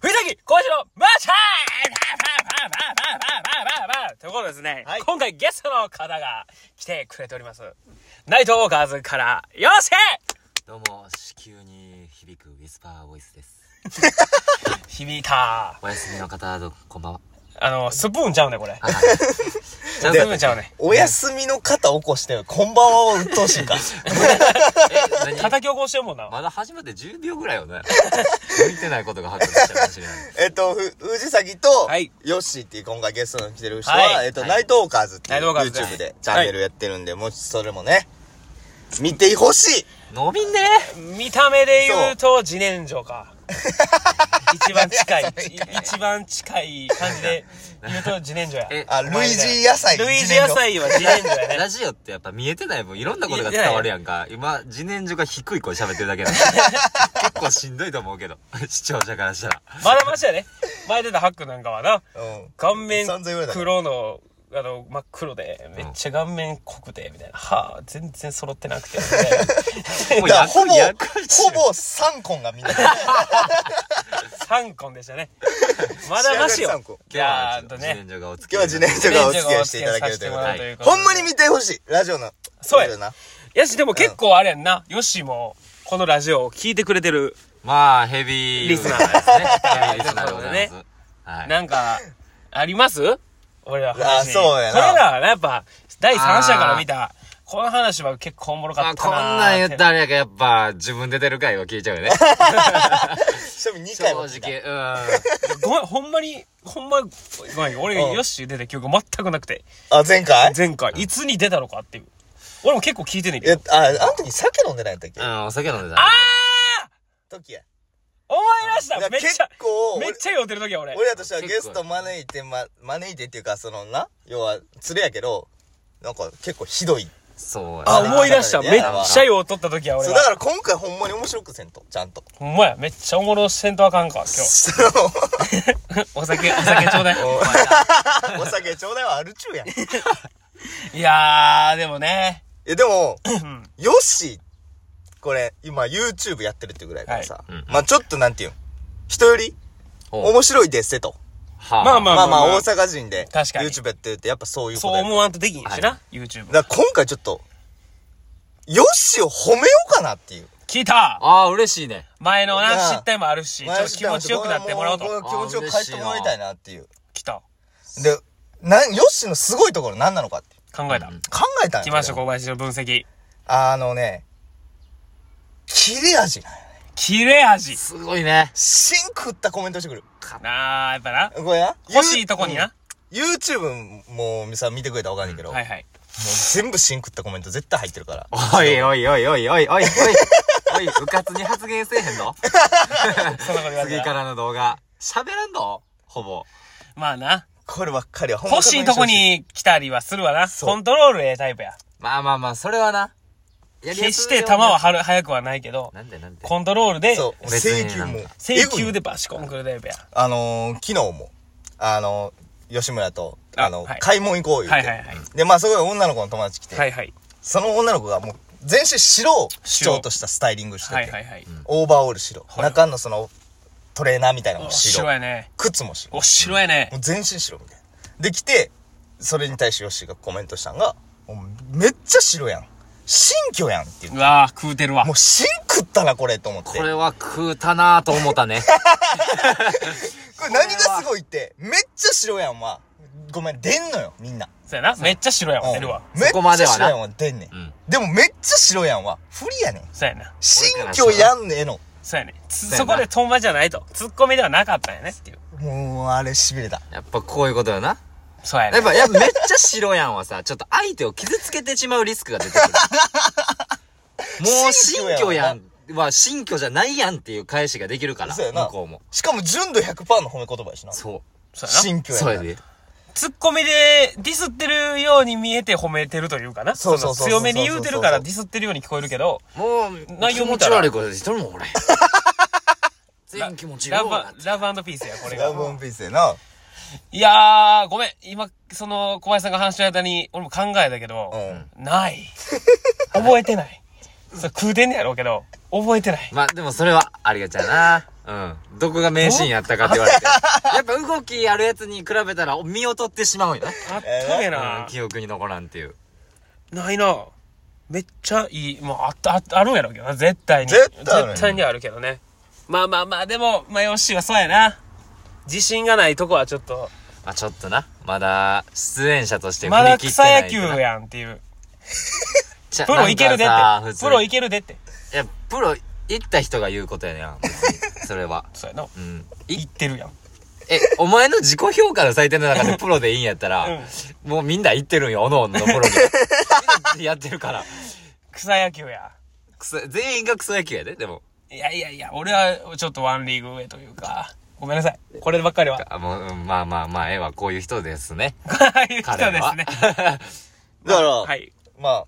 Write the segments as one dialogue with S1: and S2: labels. S1: 藤崎小林のマーシャーということでですね、
S2: はい
S1: 今回ゲストの方が来てくれております。ナイトウォーカーズから、よっし
S3: どうも、子宮に響くウィスパーボイスです。
S1: ゃ響いた。
S3: お休みの方、どうこんばんは。
S1: あの、スプーンちゃうね、これ。
S3: あはい
S1: スプーンちゃうね。
S2: お休みの肩起こして、こんばんはを鬱陶しいか。
S3: え、何
S1: 叩き起こしてるもんな。
S3: まだ始まって10秒ぐらいよね。向いてないことが発覚したかもしれない。
S2: えっと、ふ藤崎と、
S1: はい
S2: ヨッシーっていう今回ゲストに来てる人は、
S1: はい
S2: えっと、
S3: はい
S2: ナイトウォーカーズってい
S1: ナイ
S2: う
S1: トウォーカーズです
S2: YouTube でチャンネルやってるんで、もしそれもね、見てほしい
S3: 飲みんね
S1: 見た目で言うと自然薯か一番近い一番近い感じで言うと自然薯や
S3: え、
S2: あ、
S1: お
S2: 類
S1: 前みたい
S2: 似野菜。
S1: 類似野菜は自然薯 やね
S3: ラジオってやっぱ見えてない分、いろんなことが伝わるやんか。今、自然薯が低い声喋ってるだけなんで。結構しんどいと思うけど、視聴者からしたら。
S1: まだましやね前出たハックなんかはな
S2: 自然薯。
S1: 顔面
S2: 散々言われたね
S1: 黒のあの真っ黒でめっちゃ顔面濃くてみたいな、はあ全然揃ってなくてみたいな
S3: も
S2: うん。だから、ほぼ、ほ
S3: 役者
S2: ぼ3コンがみんな。
S1: 三根でしたね まだま しよ
S2: 仕上がり三根
S1: い
S3: 今日
S1: やー
S3: は
S1: っ
S3: 自
S1: と
S3: 然
S1: ね
S3: 薯がお付き合
S2: 今日はい自然
S3: いただいて
S2: 薯がお付き合いしていただけるというこ
S1: 自然薯がお付き合いさせても
S2: とで。
S1: らうということで
S2: ほんまに見てほしいラジオの。
S1: そうや
S2: ラジオな。
S1: やしでも結構あれやんな、よしもこのラジオを聞いてくれてる
S3: まあ、ヘビー
S1: リスナー
S3: ですね。ヘビーリスナーでご
S1: というこ
S3: ざい
S1: とで
S3: ます。はい。
S1: なんか、あります俺ら話。
S2: あそうやな
S1: これらはやっぱ、第三者から見た、この話は結構おもろ
S3: ま
S1: か
S3: あ、
S1: った
S3: こん
S1: なー
S3: なん言ったらあれやけど、やっぱ、自分で出る回は聞いちゃう よね。
S2: ちなみに2
S3: 正
S2: 回も聞いた。
S3: 直、うん。
S1: ごめん、ほんまに、ほんま、ごめん、俺、
S2: うん
S1: ヨッシー出た記憶全くなくて。
S2: あ、前回
S1: 前回、いつに出たのかっていう。俺も結構聞いてんねん
S2: い
S1: け
S2: や
S1: ど。、
S2: あ、あの時酒飲んでないんだっけ
S3: うん、お酒飲んで
S1: あ
S3: た。
S1: ー
S2: 時や。
S1: 思い出し
S2: だか
S1: た
S2: ら
S1: めっちゃ
S2: 結、構、
S1: めっちゃ酔ってる時や俺。
S2: 俺らとしてはゲスト招いて、ま、招いてっていうか、そのな、要は、連れやけど、なんか結構ひどい。
S3: そう。
S1: あ、思い出した。
S2: いや
S1: めっちゃ酔っとった時や俺
S2: そう、
S1: は
S2: だから今回ほんまに面白くせんと、ちゃん と。
S1: ほんまや、めっちゃおもろせんとあかんか、今
S2: その
S1: 日。お酒、お酒ちょうだい。
S2: お酒ちょうだいはあるちゅうやん。い
S1: いやー、でもね。
S2: や、でも、
S1: ん
S2: ヨッシー、これ、今 YouTube やってるってぐらいからさ、
S3: はいうん
S2: まあちょっとなんていうん、人より、
S3: ほう
S2: 面白いですってと。
S3: はあ
S1: まあまあ
S2: まあまあ、大阪人で、
S1: 確かに
S2: YouTube やってるって、やっぱそういうこと
S1: そう
S2: や
S1: 思わんとできんしな、
S3: は
S1: YouTube
S2: だから今回ちょっと、ヨッシーを褒めようかなっていう。
S1: 聞いた
S3: ああ、嬉しいね。
S1: 前の
S2: な
S1: な
S2: あ
S1: 失態もあるしちょっと気持ちよくなってもらおうと
S2: 気持ちよく帰ってもらいたいなっていう。
S1: 来た
S2: で、なん、ヨッシーのすごいところ何なのかって。
S1: 考えた、
S3: うん
S2: 考えたんや
S1: 来ました小林の分析
S2: あのね、切れ味なんやね。
S1: 切れ味
S3: すごいね。
S2: シンクったコメントしてくる。
S1: なあやっぱな
S2: これな。
S1: 欲しいとこにな、
S2: ゆう。うん YouTube もさ、見てくれたらわかんないけど、
S1: はいはい
S2: もう全部シンクったコメント絶対入ってるから。
S3: おいおいおいおいおいおいおい。おい、うかつに発言せえへんの
S1: そんなこと言われ
S3: 次
S1: た
S3: かららの動画。喋らんのほぼ。
S1: まあな
S2: こればっかりはほんま
S1: 欲しいとこ
S2: 確認て
S1: に来たりはするわな
S2: そう
S1: コントロールええタイプや
S3: まあまあまあ、それはな。やりや
S1: 決
S3: す
S1: し
S3: いよ
S1: て球ははる速くはないけど
S3: なんでなんで。
S1: コントロールで
S2: ほしいそう、
S3: 別に
S2: 請求も。
S1: 請求
S2: えぐ
S1: で
S2: い。
S1: バシコンくるタイプや
S2: あのー、昨日も、あのー、吉村と、
S1: あ
S2: あの、
S1: はい
S2: 買い物行こう言うて。
S1: はいはいはい
S2: で、まあ、すごい女の子の友達来て、
S1: はいはい
S2: その女の子がもう、全身白を主張としたスタイリングしてて、
S1: はいはいはい
S2: オーバーオール白、
S1: い
S2: 中のその、トレーナーみたいなの
S1: お
S2: も白。
S1: 白やね
S2: 靴も白。
S1: お白やね
S2: もう全身白みたいな。で、来て、それに対してヨッシーがコメントしたんが、もうめっちゃ白やん。新居やんっていう
S1: う。わー食うてるわ
S2: もう新食ったな、これと思って。こ
S3: こ
S2: れ
S3: れは食うたなぁと思っ たね。
S2: 何がすごいって、めっちゃ白やんは、ごめん、出んのよ、みんな。
S1: そうやなめっちゃ白や
S2: う
S1: わ
S2: ん
S1: 出るわ
S2: めっ
S3: そこま
S2: ち
S3: で
S2: ゃ
S3: はな
S2: 白やんは出んねん。
S3: うん
S2: でもめっちゃ白やんは、不利やねん。
S1: そうやな
S2: 新居やんねの。
S1: そうやねつ
S3: そうや
S1: そ
S3: な
S1: こでトンマじゃないとツッコミではなかったんやねっていう
S2: もう、あれ痺れた。
S3: やっぱこういうことよな。
S1: そうや
S3: やっ
S1: ね
S3: ぱ、やっぱめっちゃ白やんはさ、ちょっと相手を傷つけてしまうリスクが出てくる。 もう新居やんは新居じゃないやんっていう返しができるから、
S2: そうやな
S3: 向こうも。
S2: しかも純度100%の褒め言葉やしな。
S3: そ
S1: そうやな
S2: 新
S3: う。
S2: 居やん。
S3: そうやで。
S1: ツッコミでディスってるように見えて褒めてるというかな
S2: そうそうそうそう
S1: の強めに言うてるからディスってるように聞こえるけど
S3: もう、
S1: 内容
S3: 気持
S1: 見た
S3: ち
S1: ら
S3: 悪いこと一人もおらへん。全員気持ち
S1: ラ
S3: よ
S1: ブ
S3: くなって
S1: ラブピースやこれ
S2: ラ
S1: が
S2: ブワンピースやな。
S1: いやーごめん今その小林さんが話してる間に俺も考えたけど
S2: う
S1: ない覚えてないそう食うてんねやろうけど、覚えてない。
S3: まあでもそれはありがちやな。うん。どこが名シーンやったかって言われて。やっぱ動きあるやつに比べたら見劣ってしま うんよ
S1: あったね
S3: な。う、。
S1: なん
S3: 記憶に残らんっていう。
S1: ないな。めっちゃいい。もうあった、ああるんやろうけどな、絶対に。
S2: 絶対あるんや
S1: 絶対にあるけどね。まあまあまあ、でも、まあ、ヨッシーはそうやな。自信がないとこはちょっと、
S3: まあちょっとな。まだ、出演者として
S1: ま
S3: 振
S1: だ
S3: り切って
S1: 草
S3: ない
S1: 野
S3: け
S1: 球
S3: どな。
S1: やんっていう。
S3: ちゃ
S1: プロいけるでっ
S3: なんか
S1: て
S3: さ。
S1: プロい
S3: 普
S1: けるでって。
S3: 通にいや、プロ行った人が言うことやねん。別にそれは。
S1: そうやな。
S3: うん。
S1: 言
S3: い
S1: ってるやん。
S3: え、お前の自己評価の採点の中でプロでいいんやったら、もうみんな言ってるんよ、おのおののプロに。みんなやってるから。
S1: 草野球や。
S3: クソ全員がクソ野球やで、でも。
S1: いやいやいや、俺はちょっとワンリーグ上というか、ごめんなさい。こればっかりは。
S3: あもううんまあまあまあ、ええわ、こういう人ですね。
S1: はい、 人
S3: 彼
S1: です
S3: は。
S1: ね。
S2: だから、
S1: はい。
S2: まあ、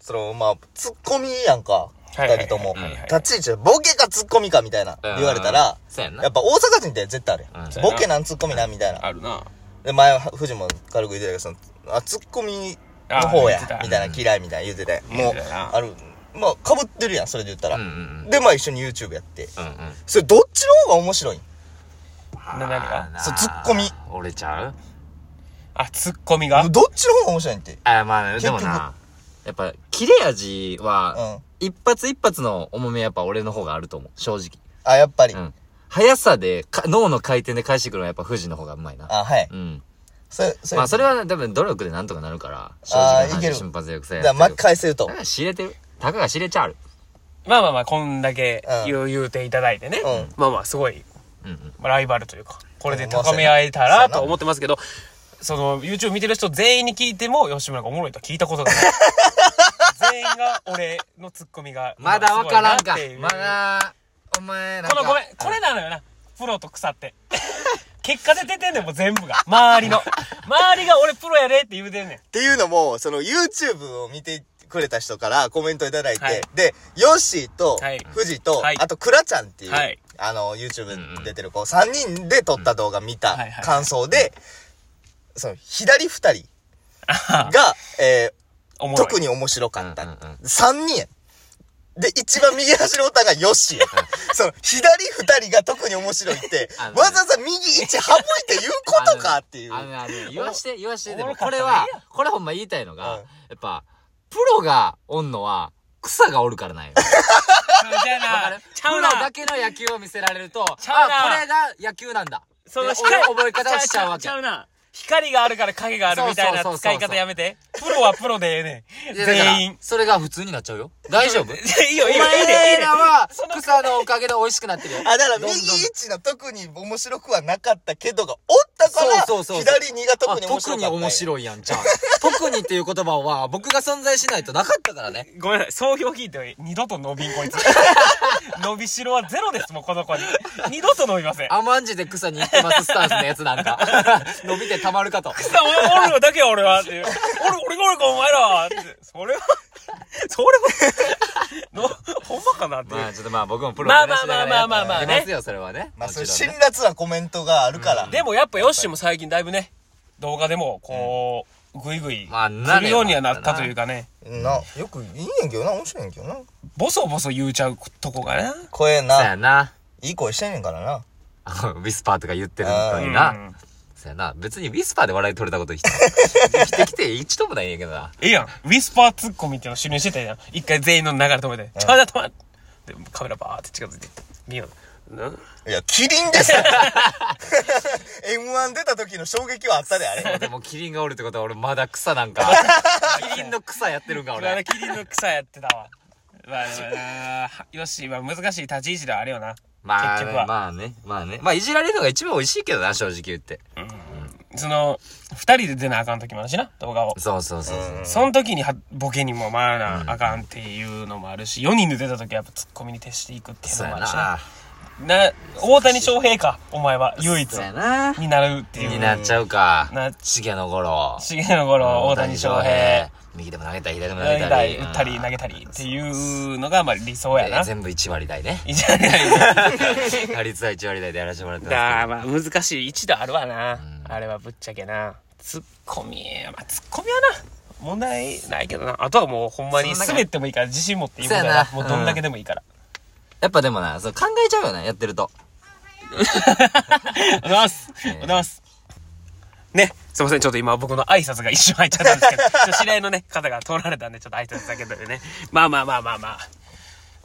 S2: その、まあ、ツッコミやんか。
S1: はいはい
S2: 二人とも
S1: はいはい。
S2: 立ち位置、ボケかツッコミかみたいな、言われたら、
S3: そうやんな。
S2: やっぱ大阪人って絶対ある
S3: うん
S2: やん。ボケなんツッコミなんみたいな。
S1: あるな。
S2: で、前、藤も軽く言ってたけど、その、あ、ツッコミの方
S1: あー言
S2: や
S1: ってた、
S2: みたいな、嫌いみたいな言ってて。
S1: 言
S2: も
S1: っ
S2: う
S1: てた、な
S2: ある、まあ、被ってるやん、それで言った
S3: うんう
S2: ら。
S3: ん
S2: で、まあ一緒に YouTube やって。
S3: うん。うんうん。
S2: それ、どっちの方が面白いん
S1: な、何が
S3: あー
S2: そうツッコミ。
S3: 折れちゃう
S1: あ、ツッコミが
S2: どっちの方が面白いんって。
S3: あ、まあ、
S2: 結
S3: で
S2: 局
S3: もな、やっぱ、切れ味
S2: う
S3: は、
S2: ん。
S3: 一発一発の重みはやっぱ俺の方があると思う、正直。
S2: あ、やっぱり。
S3: うん。速さで、か脳の回転で返してくるのはやっぱ富士の方がうまいな。
S2: あ、はい。
S3: うん。
S2: それ、そ
S3: まあ、それ
S2: は、
S3: はね多分努力でなんとかなるから、正直
S2: あー
S3: ない
S2: ける
S3: 話、瞬発力さ
S2: だ
S3: え。
S2: から巻き返せると
S3: だか。ら知れてる。たかが知れちゃう。
S1: まあまあまあ、こんだけ
S2: うん
S1: 言う言うていただいてね。
S2: うん
S1: まあまあ、すごい、
S3: うんうん。
S1: まあライバルというか、これで高め合えたらと思ってますけど、その、YouTube 見てる人全員に聞いても、吉村がおもろいとは聞いたこと がない。全員が俺のツッコミが。
S3: まだわからん
S1: すごいなっ
S3: か
S1: てい。う
S3: まだ、お前なん
S1: こ
S3: か。
S1: のごめん、これなのよな。プロと草って。結果で出てんねん、もう全部が。周りの。周りが俺プロやでって言うてんねん。
S2: っていうのも、その YouTube を見てくれた人からコメントいただいて、
S1: はい
S2: で、ヨッシーと、
S1: はい
S2: フジと、
S1: はい
S2: あとクラちゃんっていう、
S1: はい
S2: あの、YouTube 出てる子、3人で撮った動画見た
S1: はいはい
S2: 感想で、その、左2人が、え
S1: お
S2: ー
S1: もろい。
S2: 特に面白かった。
S3: うんうんうん
S2: 3人やで、一番右端のおたがヨッシーや。 その、左二人が特に面白いって
S3: あの、ね
S2: わざわざ右一省いて言うことかっていう。
S3: あのねあのね言わして、言わして。で
S1: おもろ
S3: も
S1: かっ
S3: こ
S1: た
S3: れ
S1: ね
S3: は、これほんま言いたいの
S2: う
S3: が
S2: ん、
S3: やっぱ、プロがおんのは、草がおるからなんよ。
S1: じゃ
S3: わか
S1: あな
S3: る。
S1: ち
S3: プ
S1: ゃ
S3: ロ
S1: うな。
S3: だけの野球を見せられると、あ、こ
S1: ちゃうな
S3: れが野球なんだ。
S1: その
S3: で俺の覚え方をしちゃうわけ
S1: ちゃ。うな。光があるから影があるみたいな
S3: そうそうそうそう
S1: 使い方やめて。プロはプロでええねん。
S3: いやだから
S1: 全員。
S3: それが普通になっちゃうよ。大丈夫
S1: いやいいよ、いい
S3: お
S1: よ、いいね、いいね
S3: 前ら。は、草のおかげで美味しくなってるよ。
S2: あ、だから
S3: どん
S2: 右
S3: どん
S2: 1の特に面白くはなかったけどがおったから、
S3: そうそうそう
S2: 左2が特に面白かった。
S3: 特に面
S2: い。
S3: 白いやんちゃう。特にっていう言葉は僕が存在しないとなかったからね。
S1: ごめんなさい、総評聞いて、二度と伸びんこ いつ。伸びしろはゼロですもん、この子に。二度と伸びません。
S3: 甘んじで草に行ってますスタンスのやつなん か。伸びてたまるかと。
S1: さ、俺、俺のだけや、俺は。っていう。俺、俺が俺か、お前らは。ってそれは、それは、の、ほんまかなっていう。
S3: まあちょっとまあ僕もプロ
S1: まあ
S3: 目指しながら
S1: まあまあまあまあまあ
S3: やってますよ、それはね。
S2: まあ、
S3: も
S2: そういう
S3: ち
S2: 辛
S3: ろんね
S2: 辣なコメントがあるから。
S1: でもやっぱヨッシーも最近だいぶね、動画でも、こう、ぐいぐい、
S3: まあな
S1: 来
S3: る
S1: る
S3: よ
S1: よ
S3: う
S1: う
S3: に
S1: に
S3: は
S1: は
S3: な
S1: な
S3: っ
S1: ったた
S3: な
S1: というかね、
S2: な、よくいいねんけどな、面白いねんけどな。
S1: ボソボソ言うちゃうとこがね。
S2: 声
S3: そうや
S2: な、
S3: な。
S2: いい声してんねんからな。
S3: ウィスパーとか言ってる
S1: う
S3: のに
S1: ん
S3: な。。そうやな。別にウィスパーで笑い取れたこと一度も生きてきて一度もないんやけどな。
S1: ええやん。ウィスパーツッコミっていうのを主流してたやん。一回全員の流れ止めて、ちょうだ止まって。で、カメラバーって近づいてって、見よう。ない
S2: や、キリン です よ M1 出た時の衝撃はあったで、あれ。
S3: でもキリンがおるってことは俺まだ草なん か。キリンの草やってるんか
S1: 俺は
S3: 俺。
S1: キリンの草やってたわ。まあ、まあ、よし、まあ難しい立ち位置ではあるよな。
S3: まあ
S1: 結
S3: ね、
S1: 局は。
S3: まあね、まあね。まあいじられるのが一番美味しいけどな、正直言って。
S1: その、二人で出なあかん時もあるしな、動画を。
S3: そうそうそうそう。
S1: その時にはボケにも回らなあかんっていうのもあるし、4人で出た時はやっぱツッコミに徹していくっていう
S3: そ
S1: の
S3: うや
S1: もあるし
S3: な。
S1: な。な、大谷翔平か、お前は、唯一
S3: そう、やな。
S1: になるっていう。
S3: になっちゃうか。
S1: な
S3: 重野五郎。
S1: 重野五郎、大谷翔平、。
S3: 右でも投げたり、左でも投
S1: 投
S3: げ
S1: げ
S3: た
S1: た
S3: り。
S1: り、打ったり、投げたりっていうのが、まあ理想や
S3: うん。
S1: な。
S3: 全部1割
S1: 。
S3: 台ね
S1: いいじゃない
S3: 打率は1割台でやらせてもらってます
S1: だまあ難しい一度あるわな、あれはぶっちゃけなツッコミまあツッコミはな問題ないけどな。あとはもうほんまに
S3: そんな
S1: 滑ってもいいから、自信持っていいこと
S3: そう
S1: だ
S3: や
S1: な。
S3: な
S1: もうどんだけでもいいから。
S3: やっぱでもな、そう考えちゃうよね、やってると。
S1: おはようございます。おはようございます。ね、すいません、ちょっと今僕の挨拶が一瞬入っちゃったん ですけど、ちょっと知り合いのね、方が通られたんで、ちょっと挨拶だけでね。まあまあまあまあまあ。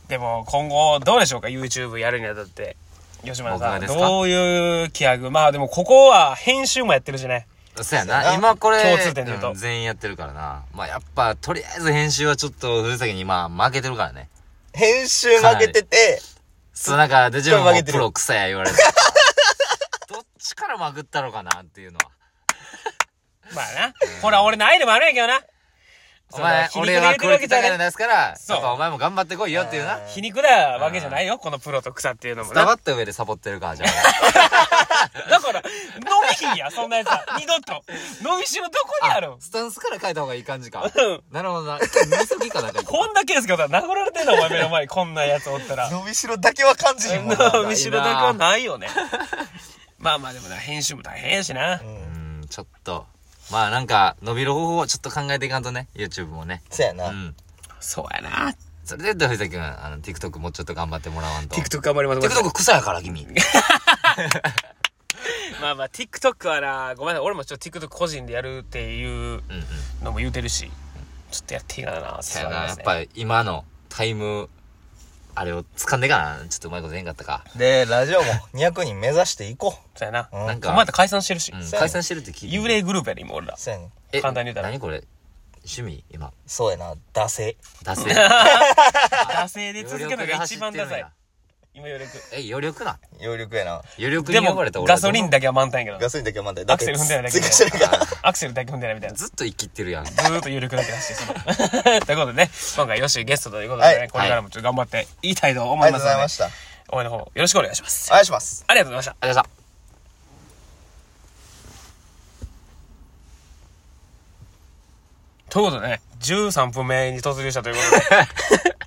S1: でも、今後、どうでしょうか ?YouTube やるにあたって。吉村
S3: 僕
S1: さ
S3: が
S1: ん、
S3: ですか
S1: どういう気迫まあでも、ここは編集もやってるしね。
S3: そうや
S2: そうや
S3: な。
S2: な
S3: 今これ、
S1: 共通点で言うと
S3: ん全員やってるからな。まあやっぱ、とりあえず編集はちょっと、藤崎に今、負けてるからね。
S2: 編集負けてて、
S3: そう、なんか、で、自分
S2: 負
S3: も
S2: けて
S3: プ
S2: る
S3: ロ草や言われて るから。どっちからまぐったのかなっていうのは。
S1: まあな。ほら、俺のアイデアもあるんやけどな。
S3: お前、
S1: その皮肉で
S3: 俺
S1: 言
S3: は
S1: うて
S3: ク
S1: る
S3: オ
S1: わ
S3: リ
S1: け
S3: ティ
S1: じゃ
S3: 高
S1: ない
S3: の出すから、やっ
S1: そう
S3: ぱお前も頑張ってこいよっていうな。
S1: 皮肉だわけじゃないよ、このプロと草っていうのも
S3: 伝
S1: な。
S3: わ
S1: だ
S3: った上でサボってるから、じゃ
S1: から、伸びひんや、そんなやつは。二度と。伸びしろどこに
S3: あ。
S1: あるん
S3: スタンスから書いた方がいい感じか
S1: うん。
S3: なるほどな。一回見過ぎかなんか。
S1: こんなケースが殴られてんのお前目の前にこんなやつおったら。
S2: 伸びしろだけは感じひんも んな。
S1: 伸びしろだけはないよね。 まあまあでもな、編集も大変やしな。
S3: うん、ちょっと。まあなんか、伸びる方法をちょっと考えていかんとね、YouTube もね。
S2: そうや
S3: う
S2: な。
S3: ん。
S1: そうやな。
S3: それで、どうふざくん、あの、TikTok もうちょっと頑張ってもらわんと。TikTok。
S1: 頑張ります。
S3: 草やから、君。
S1: まあまあ、TikTok はな、ごめんなさい。俺もちょっと TikTok 個人でやるっていう
S3: うんうん。
S1: のも言うてるし、ちょっとやっていいかな、
S3: そ
S1: そう
S3: や
S1: う
S3: な、
S1: で
S3: やっ
S1: すね。
S3: ぱ今のタイム、あれを掴んでかな。ちょっとうまいことでんかったか。
S2: で、ラジオも200人目指していこ
S1: そうやな。
S2: う。うん
S3: なんか
S1: お前と解散してるし
S3: う。ん、
S2: そうやね
S3: 解散してるって聞いて。
S1: 幽霊グループやで、今俺 ら。
S2: そうやねん。
S3: え
S1: 簡単に言うたら
S3: 何これ趣味今。
S2: そうやな。惰性。
S3: ダセ。
S1: 惰性で続けるのが一番ダサい。今よりく。
S3: え、余力な。
S2: 余力やな。
S3: 余力に
S1: で
S3: 呼
S1: も
S3: ばれた、俺は
S1: ガソリンだけは満タンやけ
S2: ガ
S1: ど。
S2: ソリンだけはまだ。
S1: アクセル踏んでないだけ
S2: 追加してないから。
S1: アクセルだけ踏んでないみたいな。
S3: ずっと生きってるやん。
S1: ずーっと有力だけ出して、そのという ことでね、今回よしゲストということでね、
S2: はい
S1: これからもちょっと頑張っていきたいと思
S2: あ
S1: い
S2: り
S1: ます
S2: がとうご
S1: の
S2: ざい
S1: で
S2: ま、した。
S1: 応援の方よろしくお願いします
S2: お。願いします。
S1: ありがとうございました。
S3: ありがとうございました。
S1: ということでね、13分目に突入したということで、